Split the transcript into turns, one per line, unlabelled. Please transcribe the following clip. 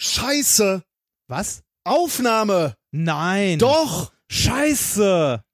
Scheiße!
Was?
Aufnahme!
Nein.
Doch!
Scheiße.